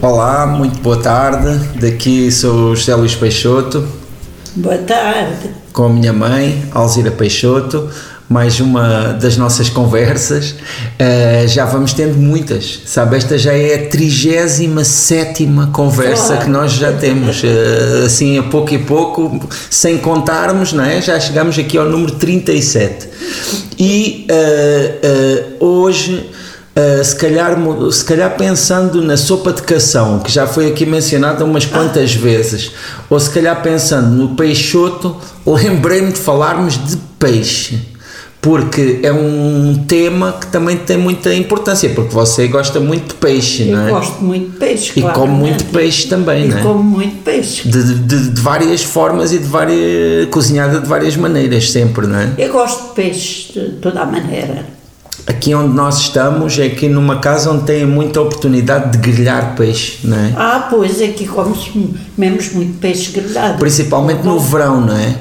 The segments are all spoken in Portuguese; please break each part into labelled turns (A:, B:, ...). A: Olá, muito boa tarde. Daqui sou o José Luís Peixoto,
B: Boa tarde.
A: com a minha mãe, Alzira Peixoto. Mais uma das nossas conversas. Ah, já vamos tendo muitas, sabe? Esta já é a 37 conversa
B: Claro.
A: que nós já temos, ah, assim, a pouco e pouco, sem contarmos, não é? Já chegamos aqui ao número 37. E ah, ah, hoje. Uh, se, calhar, mu- se calhar pensando na sopa de cação, que já foi aqui mencionada umas quantas vezes, ou se calhar pensando no peixoto, lembrei-me de falarmos de peixe, porque é um tema que também tem muita importância, porque você gosta muito de peixe,
B: Eu
A: não é?
B: gosto muito de peixe,
A: E
B: claro.
A: come muito peixe também,
B: E
A: não é?
B: como muito peixe.
A: De, de- de várias formas e de várias, cozinhada de várias maneiras, sempre, não é?
B: Eu gosto de peixe de toda a maneira.
A: Aqui onde nós estamos é aqui numa casa onde tem muita oportunidade de grelhar peixe, não é?
B: Ah, pois, aqui come-se, comemos muito peixe grelhado.
A: Principalmente no verão, não é?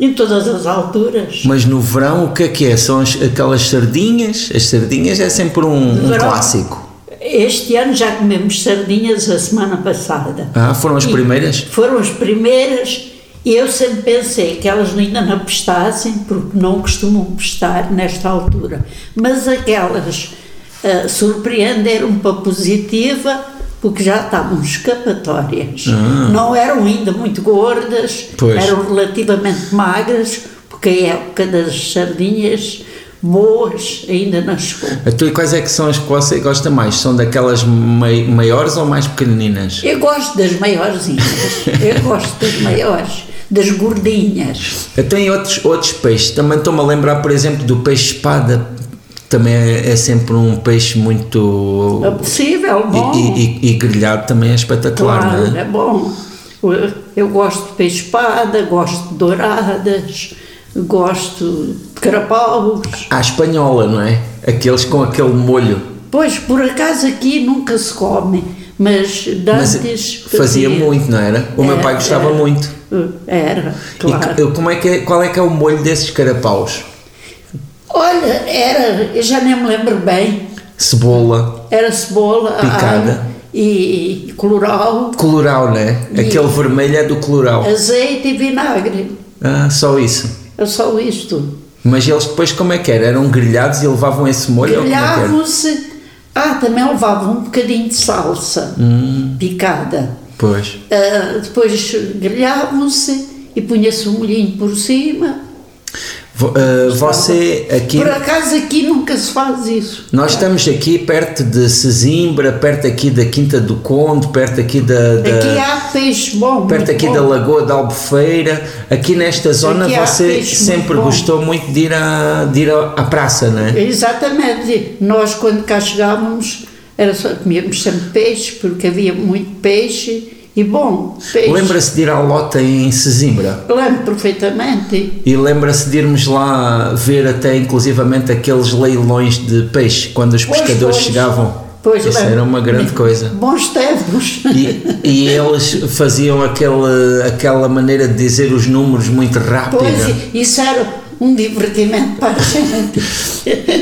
B: Em todas as alturas.
A: Mas no verão o que é que é? São as- aquelas sardinhas? As sardinhas é sempre um, um
B: Verão.
A: clássico.
B: Este ano já comemos sardinhas a semana passada.
A: Ah, foram as primeiras?
B: Foram as primeiras e eu sempre pensei que elas ainda não pestassem, porque não costumam pestar nesta altura. Mas aquelas ah, surpreenderam para positiva, porque já estavam escapatórias. Não eram ainda muito gordas,
A: Pois.
B: eram relativamente magras, porque a época das sardinhas boas ainda não chegou.
A: Então, e quais é que são as que você gosta mais? São daquelas mai- maiores ou mais pequeninas?
B: Eu gosto das maiorzinhas, eu gosto das maiores, das gordinhas.
A: Então, e outros, outros peixes? Também estou-me a lembrar, por exemplo, do peixe-espada. Também é, é sempre um peixe muito...
B: É possível,
A: E,
B: bom.
A: e- e- e grelhado também é espetacular,
B: claro,
A: não é?
B: é bom. Eu gosto de peixe-espada, gosto de douradas, gosto de carapaus.
A: À espanhola, não é? Aqueles com aquele molho.
B: Pois, por acaso aqui nunca se come, mas
A: Mas
B: dantes
A: fazia muito, não era? O meu
B: É,
A: pai gostava
B: era.
A: muito.
B: Era,
A: E
B: claro.
A: co- como é que é- qual é que é o molho desses carapaus?
B: Olha, era, eu já nem me lembro bem,
A: Cebola,
B: era cebola,
A: Picada.
B: alho e colorau,
A: colorau, né? Aquele vermelho é do colorau.
B: azeite e vinagre.
A: Ah, só isso.
B: É só isto.
A: Mas eles depois como é que era? Eram grelhados e levavam esse molho? ou como é que era?
B: Grelhavam-se. Ah, também levavam um bocadinho de salsa
A: Hum.
B: picada.
A: Pois.
B: Ah, depois grelhavam-se e punha-se um molhinho por cima.
A: Vo- ah, você aqui...
B: Por acaso aqui nunca se faz isso.
A: Nós estamos aqui perto de Sesimbra, perto aqui da Quinta do Conde, perto aqui da... da-
B: Aqui há peixe bom.
A: Perto
B: muito
A: aqui
B: bom.
A: da Lagoa da Albufeira, aqui nesta zona
B: Aqui há
A: você
B: peixe
A: sempre
B: muito bom.
A: gostou muito de ir, à, de ir à à praça, não é?
B: Exatamente. Nós quando cá chegávamos era só, comíamos sempre peixe porque havia muito peixe e bom peixe.
A: Lembra-se de ir à Lota em Sesimbra?
B: Lembro perfeitamente.
A: E lembra-se de irmos lá ver até inclusivamente aqueles leilões de peixe, quando os
B: Pois,
A: pescadores
B: pois.
A: chegavam.
B: Pois, é.
A: Isso
B: lembro.
A: era uma grande coisa.
B: Bons tempos.
A: E, e eles faziam aquele, aquela maneira de dizer os números muito rápida.
B: Pois, isso era um divertimento para a gente.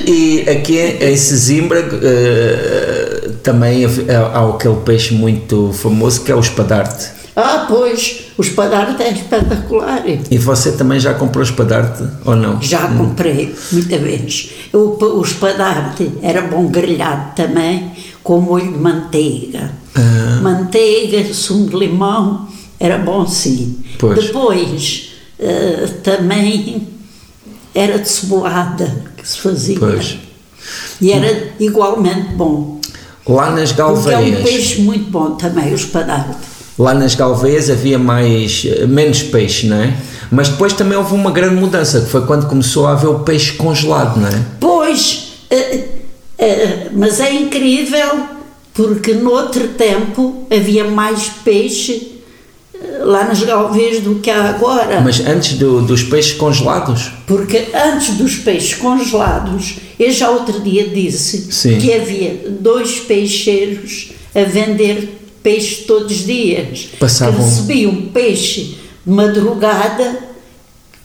A: E aqui em Sesimbra eh, também hav- há há aquele peixe muito famoso que é o espadarte.
B: ah, pois, o espadarte é espetacular.
A: E você também já comprou espadarte ou não?
B: Já comprei muita vez. O, pa- o espadarte era bom grelhado também, com molho de manteiga.
A: Ah.
B: Manteiga, sumo de limão, era bom sim.
A: Pois.
B: Depois, eh, também era de cebolada que se fazia.
A: Pois.
B: E era igualmente bom.
A: Lá nas
B: Porque é um
A: Galveias,
B: peixe muito bom também, o espadarte.
A: lá nas Galveias havia mais eh, menos peixe, não é? Mas depois também houve uma grande mudança, que foi quando começou a haver o peixe congelado, não é?
B: Pois, eh, eh, mas é incrível porque noutro tempo havia mais peixe eh, lá nas galveias do que há agora.
A: Mas antes do- dos peixes congelados,
B: Porque antes dos peixes congelados, eu já outro dia disse
A: Sim.
B: que havia dois peixeiros a vender peixe todos os dias.
A: Passavam-
B: Que recebiam um peixe de madrugada,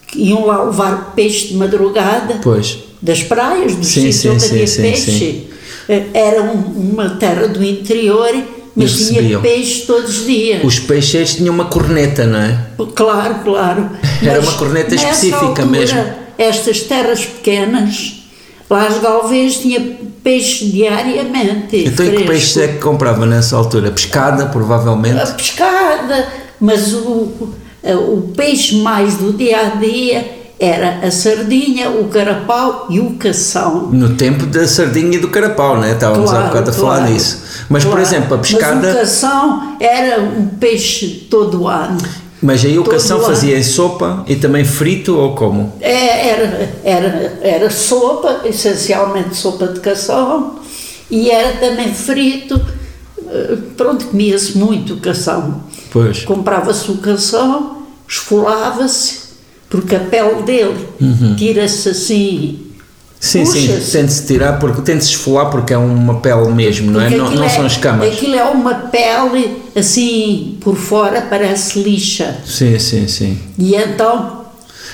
B: que iam lá levar peixe de madrugada
A: pois.
B: das praias, dos
A: Sim,
B: sítios
A: sim,
B: onde
A: sim,
B: havia
A: sim,
B: peixe.
A: sim.
B: Eh, Era um- uma terra do interior mas
A: Eles
B: tinha
A: recebiam.
B: peixe todos os dias.
A: Os peixeiros tinham uma corneta, não é?
B: Claro, claro.
A: Era
B: Mas
A: uma corneta
B: nessa
A: específica
B: altura,
A: mesmo.
B: Estas terras pequenas, Las Galvez tinha peixe diariamente.
A: Então e que
B: fresco.
A: peixes é que comprava nessa altura? Pescada,
B: A
A: provavelmente.
B: pescada, mas o, eh, o peixe mais do dia a dia era a sardinha, o carapau e o cação.
A: No tempo da sardinha e do carapau, né? Estávamos há bocado a falar
B: claro,
A: nisso. Mas, por
B: claro.
A: exemplo, a
B: Mas o
A: pescada.
B: cação era um peixe todo ano.
A: Mas aí o
B: todo
A: cação
B: ano.
A: fazia em sopa e também frito ou como?
B: É, era, era, era sopa, essencialmente sopa de cação, e era também frito. Eh, Pronto, comia-se muito cação.
A: Pois.
B: Comprava-se o cação, esfolava-se, porque a pele dele
A: Uhum.
B: tira-se assim.
A: Sim, sim,
B: Puxa-se.
A: tem-se tirar, porque tem-se esfolar porque é uma pele mesmo, não é?
B: porque
A: Não,
B: aquilo
A: não são escamas.
B: Aquilo é uma pele assim, por fora, parece lixa.
A: Sim, sim, sim.
B: E então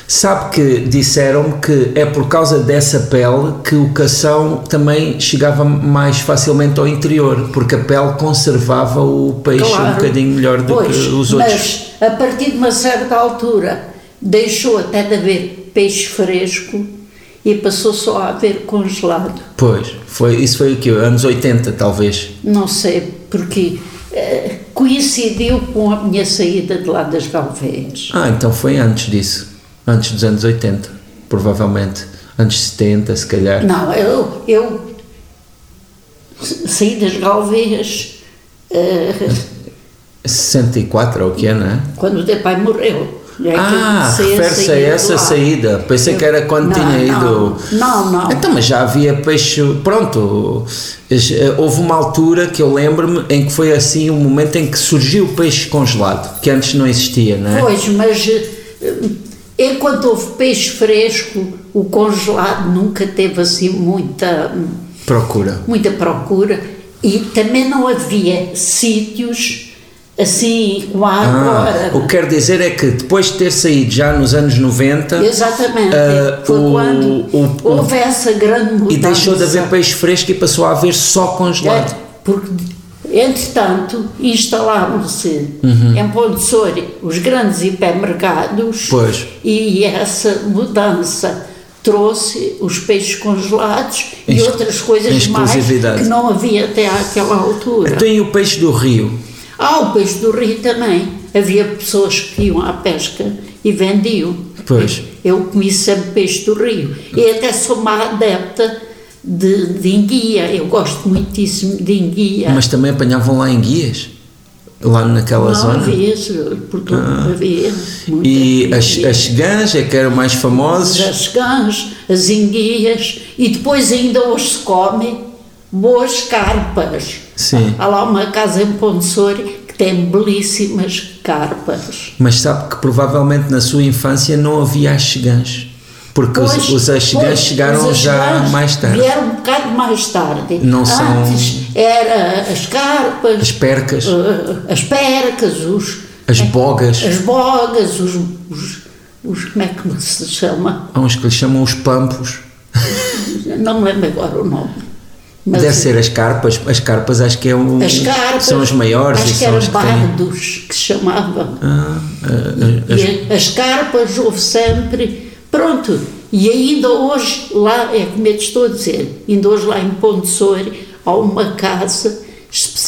A: Sabe que disseram-me que é por causa dessa pele que o cação também chegava mais facilmente ao interior, porque a pele conservava o peixe um bocadinho melhor do
B: Pois,
A: que os outros.
B: Mas a partir de uma certa altura deixou até de haver peixe fresco e passou só a haver congelado.
A: Pois, foi, isso foi o que? Anos 80, talvez.
B: Não sei porque eh, coincidiu com a minha saída de lá das Galveias.
A: Ah, então foi antes disso. Antes dos anos 80, provavelmente. Antes de 70, se calhar.
B: Não, eu, eu sa- saí das Galveias eh,
A: 64 ou o que é, não é?
B: quando o teu pai morreu. É que eu
A: Ah,
B: comecei
A: refere-se a
B: sair de
A: essa
B: lá.
A: saída. Pensei que era quando
B: Não,
A: tinha
B: não.
A: ido.
B: Não, não.
A: Então, mas já havia peixe. Pronto, es- eh, houve uma altura que eu lembro-me em que foi assim um momento em que surgiu o peixe congelado, que antes não existia, não é?
B: Pois, mas eh, enquanto houve peixe fresco, o congelado nunca teve assim muita,
A: Procura.
B: muita procura e também não havia sítios assim como há
A: Ah,
B: agora.
A: o que quero dizer é que depois de ter saído já nos anos 90
B: Exatamente,
A: Ah,
B: foi
A: o-
B: quando
A: o- o-
B: houve essa grande mudança.
A: e deixou de haver peixe fresco e passou a haver só
B: É,
A: congelado.
B: porque, entretanto, instalaram-se
A: Uhum.
B: em Pontessori os grandes hipermercados
A: Pois.
B: e essa mudança trouxe os peixes congelados e
A: Ex-
B: outras coisas mais
A: exclusividade.
B: que não havia até àquela altura.
A: Tem o peixe do rio.
B: Ah, o peixe do rio também. Havia pessoas que iam à pesca e vendiam.
A: Pois.
B: Eu comi sempre peixe do rio. E até sou uma adepta de, de enguia. Eu gosto muitíssimo de enguia.
A: Mas também apanhavam lá em guias, lá naquela
B: não
A: zona.
B: havia, senhor, porque não havia. muita
A: Ah, E as,
B: enguia.
A: as gãs é que eram mais famosas.
B: as gãs, as enguias, e depois ainda hoje se come boas carpas.
A: Sim.
B: Há lá uma casa em Pontessori que tem belíssimas carpas.
A: Mas sabe que provavelmente na sua infância não havia axegãs. Porque os,
B: Pois,
A: os axegãs
B: pois,
A: chegaram
B: os
A: já
B: axegãs
A: mais tarde.
B: Vieram um bocado mais tarde.
A: Não
B: Antes
A: são-
B: era as carpas,
A: As percas,
B: eh, as percas, os,
A: as bogas,
B: as bogas, os, os, os- como é que se chama?
A: há uns que lhe chamam os pampos.
B: Não me lembro agora o nome. Mas
A: Deve ser as carpas. As carpas acho que é um,
B: as carpas.
A: são as maiores
B: Acho
A: e
B: que né?
A: são
B: eram
A: as que têm.
B: bardos que se chamavam.
A: Ah, ah, ah,
B: E as carpas houve sempre. Pronto, e ainda hoje lá, é como eu te estou a dizer, ainda hoje lá em Pontessori há uma casa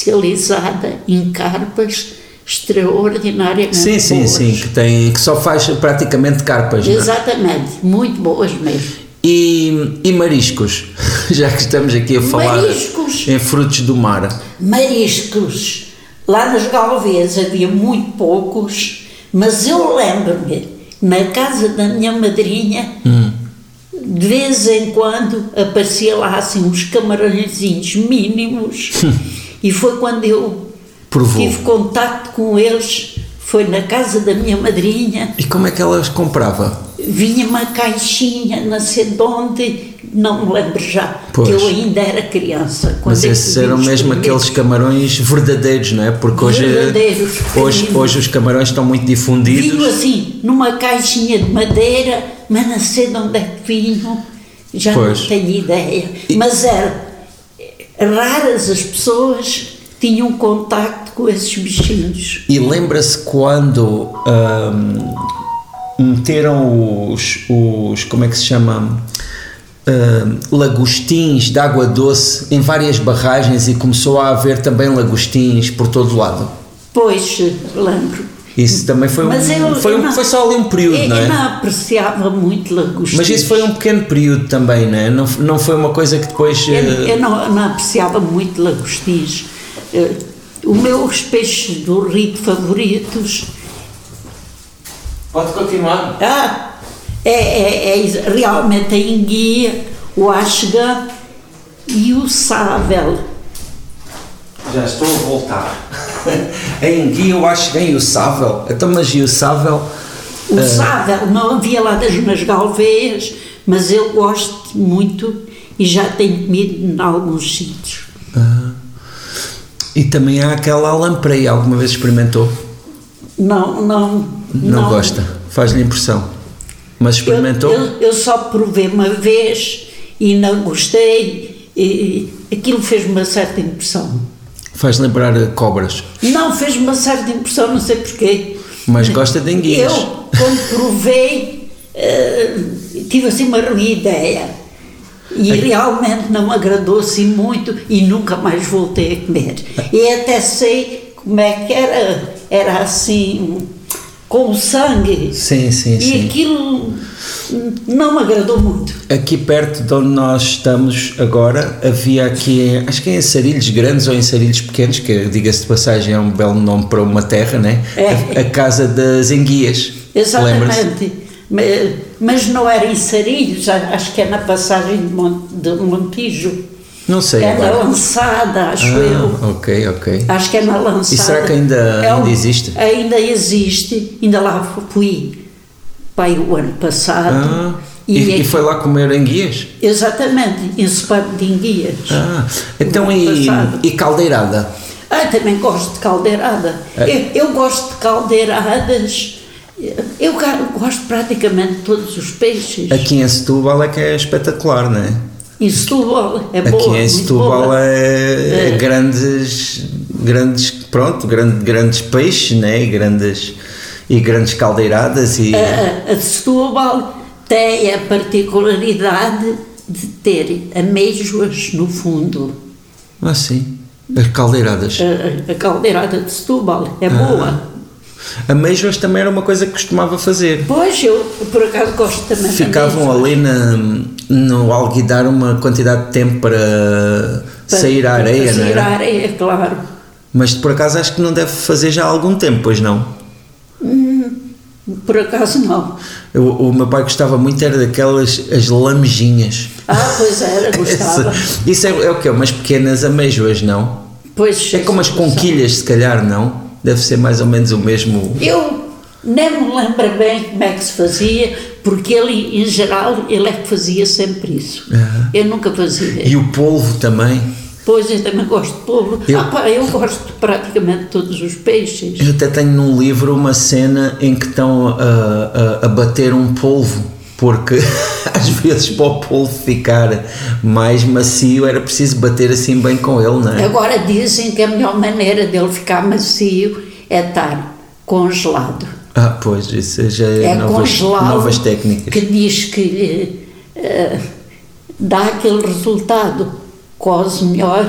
B: especializada em carpas extraordinariamente
A: sim, sim,
B: boas.
A: sim, que, tem, que só faz praticamente carpas. não é?
B: Exatamente, muito boas mesmo.
A: E, e mariscos, já que estamos aqui a falar
B: Mariscos?
A: em frutos do mar.
B: Mariscos, lá nas Galvez havia muito poucos, mas eu lembro-me, na casa da minha madrinha,
A: Hum.
B: de vez em quando aparecia lá assim uns camarõezinhos mínimos e foi quando eu
A: Provou.
B: tive contacto com eles, foi na casa da minha madrinha,
A: E como é que elas comprava?
B: vinha uma caixinha, não sei de onde, não me lembro já,
A: Pois.
B: que eu ainda era criança. quando é
A: Mas
B: eu
A: esses
B: vi
A: eram
B: os
A: mesmo
B: primeiros.
A: aqueles camarões verdadeiros, não é? Porque hoje,
B: Verdadeiros,
A: hoje,
B: pequeninos.
A: hoje os camarões estão muito
B: Vinham
A: difundidos.
B: assim, numa caixinha de madeira, mas não sei de onde é que vinham, já
A: Pois.
B: não tenho ideia. Mas eram raras as eh, pessoas tinham contacto com esses bichinhos.
A: E lembra-se quando ahm, meteram os, os. Como é que se chama? Ahm, lagostins de água doce em várias barragens e começou a haver também lagostins por todo lado.
B: Pois, eh, lembro.
A: Isso também foi um,
B: Mas eu-
A: foi,
B: eu
A: um-
B: não-
A: foi só ali um período,
B: Eu,
A: não é?
B: eu não apreciava muito lagostins.
A: Mas isso foi um pequeno período também, não é? Não, não foi uma coisa que depois.
B: Eu,
A: eh,
B: eu não, não apreciava muito lagostins. Eh, O meu, os peixes do rio favoritos
A: Pode continuar.
B: Ah, é, é- é isso. realmente a enguia, o asga e o sável.
A: Já estou a voltar. em Enguia eu acho que é iusável. Então, mas iusável.
B: O
A: Ah.
B: sável não havia lá das nas galveias, mas eu gosto muito e já tenho comido em alguns sítios.
A: E também há aquela lampreia. Alguma vez experimentou?
B: Não, não.
A: Não, gosta. Faz-lhe impressão. Mas
B: Eu,
A: experimentou?
B: eu- eu só provei uma vez e não gostei. E aquilo fez me uma certa impressão.
A: Faz lembrar eh, cobras.
B: Não, fez me uma certa impressão, não sei porquê.
A: Mas gosta de enguias.
B: Eu, quando provei, eh, tive assim uma ideia. E
A: É
B: realmente não me agradou assim muito e nunca mais voltei a comer. E até sei como é que era, era assim, com o sangue.
A: Sim, sim,
B: E
A: sim.
B: aquilo hum, não me agradou muito.
A: Aqui perto de onde nós estamos agora, havia aqui, acho que é em Sarilhos Grandes ou em Sarilhos Pequenos, que diga-se de passagem é um belo nome para uma terra, né? A,
B: É.
A: a Casa das Enguias. Lembra-se?
B: Exatamente. Ma- Mas não era em Sarilhos, a- acho que é na passagem de Mon- de Montijo.
A: Não sei
B: É na
A: agora.
B: lançada, acho eu.
A: Ah, ok, ok.
B: Acho que é na lançada.
A: E será que ainda-
B: É
A: ainda existe?
B: Ainda existe. Ainda lá fui pai o ano
A: Ah,
B: passado. é
A: e, e foi lá comer enguias?
B: Exatamente, em Sepado de Enguias.
A: Ah, então
B: ano
A: e,
B: passado.
A: e caldeirada?
B: Ah, também gosto de caldeirada.
A: É.
B: Eu, eu gosto de caldeiradas. Eu ga- gosto praticamente de todos os peixes.
A: Aqui em Setúbal é que é espetacular, não é?
B: Em Setúbal é boa.
A: Aqui em
B: muito
A: Setúbal
B: boa.
A: é, é grandes, grandes, pronto, grande, grandes peixes, né? E grandes e grandes caldeiradas e
B: A, a de Setúbal tem a particularidade de ter amêijoas no fundo.
A: ah sim, as caldeiradas.
B: a, a caldeirada de Setúbal,
A: Ah.
B: é boa.
A: Amêijoas também era uma coisa que costumava fazer.
B: Pois, eu por acaso gosto também de
A: Ficavam
B: amêijoas.
A: ali na, no alguidar uma quantidade de tempo para,
B: Para-
A: sair à areia, não
B: para
A: é?
B: Sair à
A: era?
B: areia, claro.
A: Mas por acaso acho que não deve fazer já há algum tempo, pois não?
B: Por acaso não.
A: Eu- o meu pai gostava muito era daquelas as lamejinhas.
B: Ah, pois era, gostava.
A: Essa- isso é, é o quê? Umas pequenas amêijoas, não?
B: Pois,
A: É como as conquilhas, se calhar, não? Deve ser mais ou menos o mesmo.
B: Eu nem me lembro bem como é que se fazia, porque ele, em geral, ele é que fazia sempre isso.
A: Aham.
B: Eu nunca fazia.
A: E o polvo também.
B: Pois, eu também gosto de polvo.
A: Eu-
B: Eu... Ah, pá, eu gosto de praticamente todos os peixes.
A: Eu até tenho num livro uma cena em que estão a, a- a bater um polvo, porque às vezes para o polvo ficar mais macio era preciso bater assim bem com ele, não é?
B: Agora dizem que a melhor maneira dele ficar macio é estar congelado.
A: Ah, pois, isso já é,
B: É
A: novas,
B: congelado
A: novas técnicas.
B: que diz que lhe eh, dá aquele resultado, quase melhor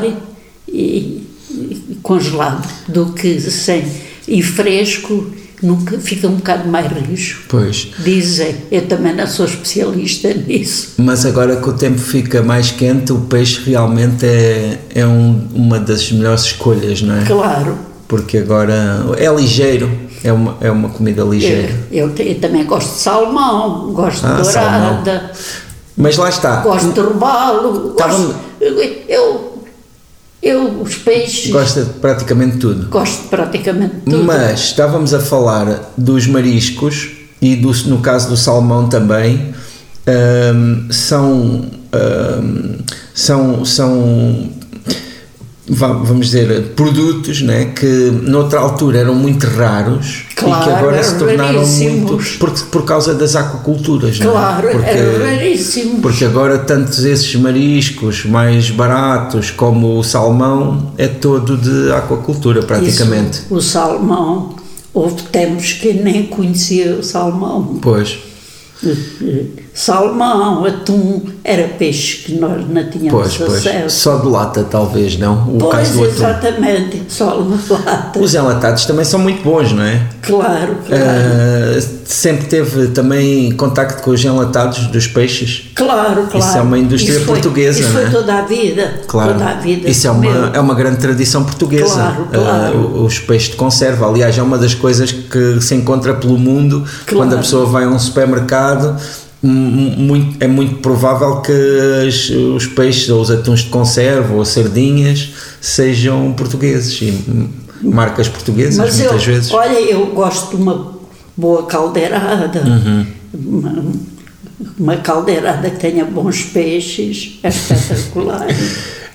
B: e, e congelado do que sem. E fresco nunca fica um bocado mais rijo.
A: Pois.
B: Dizem, eu também não sou especialista nisso.
A: Mas agora que o tempo fica mais quente, o peixe realmente é, é um- uma das melhores escolhas, não é?
B: Claro,
A: Porque agora é ligeiro, é uma, é uma comida ligeira.
B: eu, eu, eu também gosto de salmão, gosto
A: Ah,
B: de
A: salmão.
B: dourada.
A: Mas lá está,
B: Gosto de robalo,
A: Estava-me-
B: gosto, eu, eu, os peixes, gosto,
A: gosta de praticamente tudo.
B: de praticamente tudo.
A: Mas estávamos a falar dos mariscos e do, no caso do salmão também, hum, são, hum, são, são vamos dizer, produtos né, que noutra altura eram muito raros
B: Claro,
A: e que agora se
B: eram
A: tornaram muito.
B: raríssimos.
A: Por, por causa das aquaculturas,
B: Claro,
A: não é?
B: eram raríssimos.
A: Porque agora tantos esses mariscos mais baratos como o salmão é todo de aquacultura praticamente.
B: Isso, o salmão, houve tempos que nem conhecia o salmão.
A: Pois,
B: Salmão, atum, era peixe que nós não
A: pois,
B: tínhamos
A: pois.
B: acesso.
A: Só de lata talvez, não? O caso
B: é Pois,
A: do atum.
B: exatamente, só uma lata.
A: Os enlatados também são muito bons, não é?
B: Claro, claro,
A: Ah, sempre teve também contacto com os enlatados dos peixes?
B: claro, claro.
A: é uma indústria
B: Isso foi-
A: portuguesa,
B: Isso
A: não é?
B: foi toda a vida.
A: Claro.
B: Toda a vida.
A: Isso é uma,
B: comeu.
A: é uma grande tradição portuguesa.
B: Claro,
A: Ah,
B: claro.
A: o- os peixes de conserva. Aliás, é uma das coisas que se encontra pelo mundo
B: Claro.
A: quando a pessoa vai a um supermercado. mu- mu- muito- é muito provável que as- os peixes ou os atuns de conserva ou sardinhas sejam portugueses e hum, marcas portuguesas
B: Mas eu,
A: muitas vezes.
B: olha, eu gosto de uma boa caldeirada, uma,
A: Uhum.
B: uma caldeirada que tenha bons peixes, é espetacular.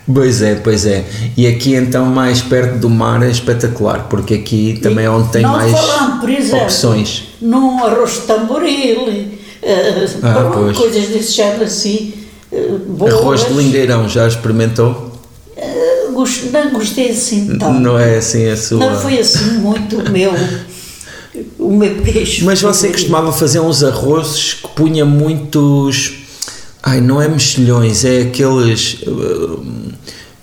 A: Pois é, pois é. E aqui então mais perto do mar é espetacular, porque aqui também é onde tem
B: Não
A: mais
B: falando, por exemplo,
A: opções.
B: num arroz de tamboril, eh,
A: Ah,
B: pronto,
A: pois.
B: coisas desse género assim. eh, boas.
A: Arroz de lingueirão, já experimentou?
B: Eh, gost- Não gostei assim tanto.
A: Não é assim a sua.
B: Não foi assim muito o meu, o meu peixe.
A: Mas você costumava fazer uns arrozes que punha muitos. Ai, não é mexilhões, é aqueles. uh,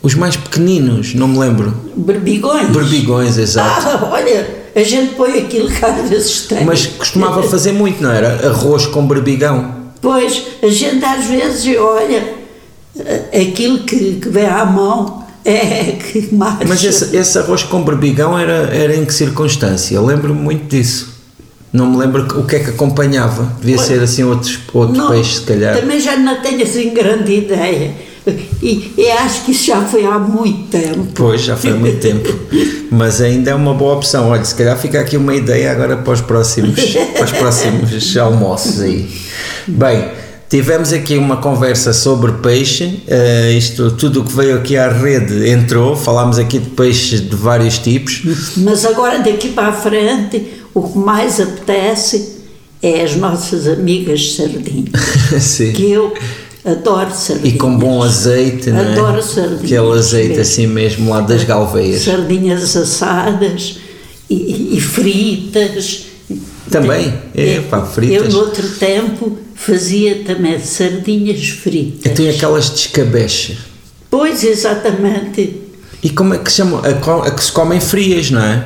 A: os mais pequeninos, não me lembro.
B: Berbigões.
A: Berbigões, exato.
B: Ah, olha, a gente põe aquilo que às vezes tem.
A: Mas costumava fazer muito, não era? Arroz com berbigão.
B: Pois, a gente às vezes olha, eh, aquilo que, que vem à mão é que marcha.
A: Mas esse, esse arroz com berbigão era, era em que circunstância? Eu lembro-me muito disso. Não me lembro o que é que acompanhava. Devia
B: Olha,
A: ser assim outros, outro
B: Não,
A: peixe, se calhar.
B: Também já não tenho assim grande ideia. E, e acho que isso já foi há muito tempo.
A: Pois, já foi há muito tempo. Mas ainda é uma boa opção. Olha, se calhar fica aqui uma ideia agora para os próximos, para os próximos almoços aí. Bem, tivemos aqui uma conversa sobre peixe. eh, isto, tudo o que veio aqui à rede entrou. Falámos aqui de peixes de vários tipos.
B: Mas agora, daqui para a frente, o que mais apetece é as nossas amigas sardinhas.
A: Sim.
B: que eu adoro sardinhas.
A: E com bom azeite, não é?
B: Adoro sardinhas
A: Aquele azeite
B: mesmo.
A: assim mesmo lá das galveias.
B: Sardinhas assadas e, e fritas.
A: Também? É, pá, fritas.
B: Eu, no outro tempo, fazia também sardinhas
A: E
B: fritas.
A: tem aquelas de escabeche.
B: Pois, exatamente.
A: E como é que se chamam? A, co- a que se comem frias, não é?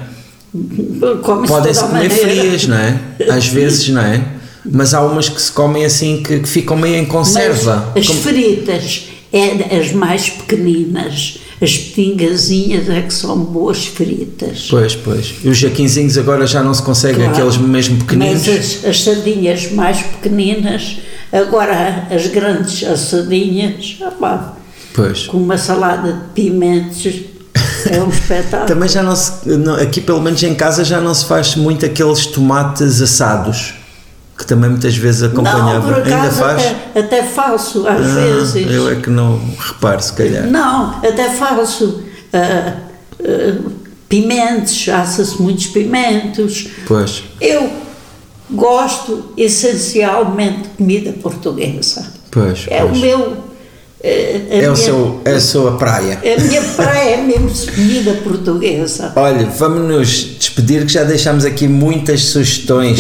B: Come-se
A: Podem-se
B: toda a
A: comer
B: maneira.
A: frias, não é? Às vezes, não é? Mas há umas que se comem assim que, que ficam meio em
B: Mas
A: conserva.
B: as
A: Como-
B: fritas é as mais pequeninas. As pingazinhas é que são boas fritas.
A: Pois, pois. E os jaquinzinhos agora já não se conseguem,
B: Claro.
A: aqueles mesmo pequeninos.
B: Mas eh, as, as sardinhas mais pequeninas, agora as grandes, as sardinhas, opá,
A: Pois.
B: com uma salada de pimentos, é um espetáculo.
A: Também já não se. não- aqui, pelo menos em casa, já não se faz muito aqueles tomates assados que também muitas vezes
B: Não,
A: acompanhava.
B: por
A: Ainda
B: acaso
A: faz?
B: até, até faço, às
A: Ah,
B: vezes. Uhum.
A: eu é que não reparo, se calhar.
B: Não, até faço ah, ah, pimentos, assa-se muitos pimentos.
A: Pois.
B: Eu gosto essencialmente de comida portuguesa.
A: Pois.
B: É o
A: pois.
B: meu. eh, a
A: É
B: minha-
A: o seu, é a sua praia.
B: A minha praia é mesmo comida portuguesa.
A: Olha, vamos nos despedir que já deixámos aqui muitas sugestões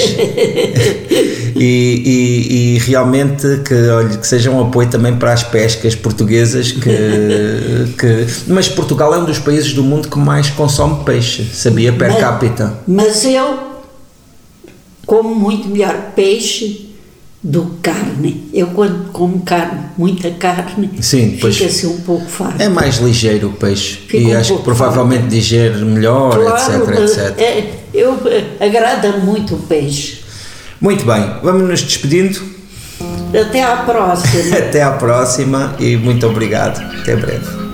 A: e, e- e realmente que, olha, que seja um apoio também para as pescas portuguesas que, que- Mas Portugal é um dos países do mundo que mais consome peixe, sabia? Per
B: Mas-
A: capita.
B: Mas eu como muito melhor peixe do que carne. Eu quando como carne, muita carne,
A: Sim, pois-
B: fica assim um pouco farto.
A: É mais ligeiro o peixe
B: Fica
A: e
B: um
A: acho que
B: pouco
A: provavelmente digere melhor, etc,
B: mas
A: etc.
B: é- eu, agrada muito o peixe.
A: Muito bem, vamos nos despedindo.
B: Até à próxima.
A: Até à próxima e muito obrigado. Até breve.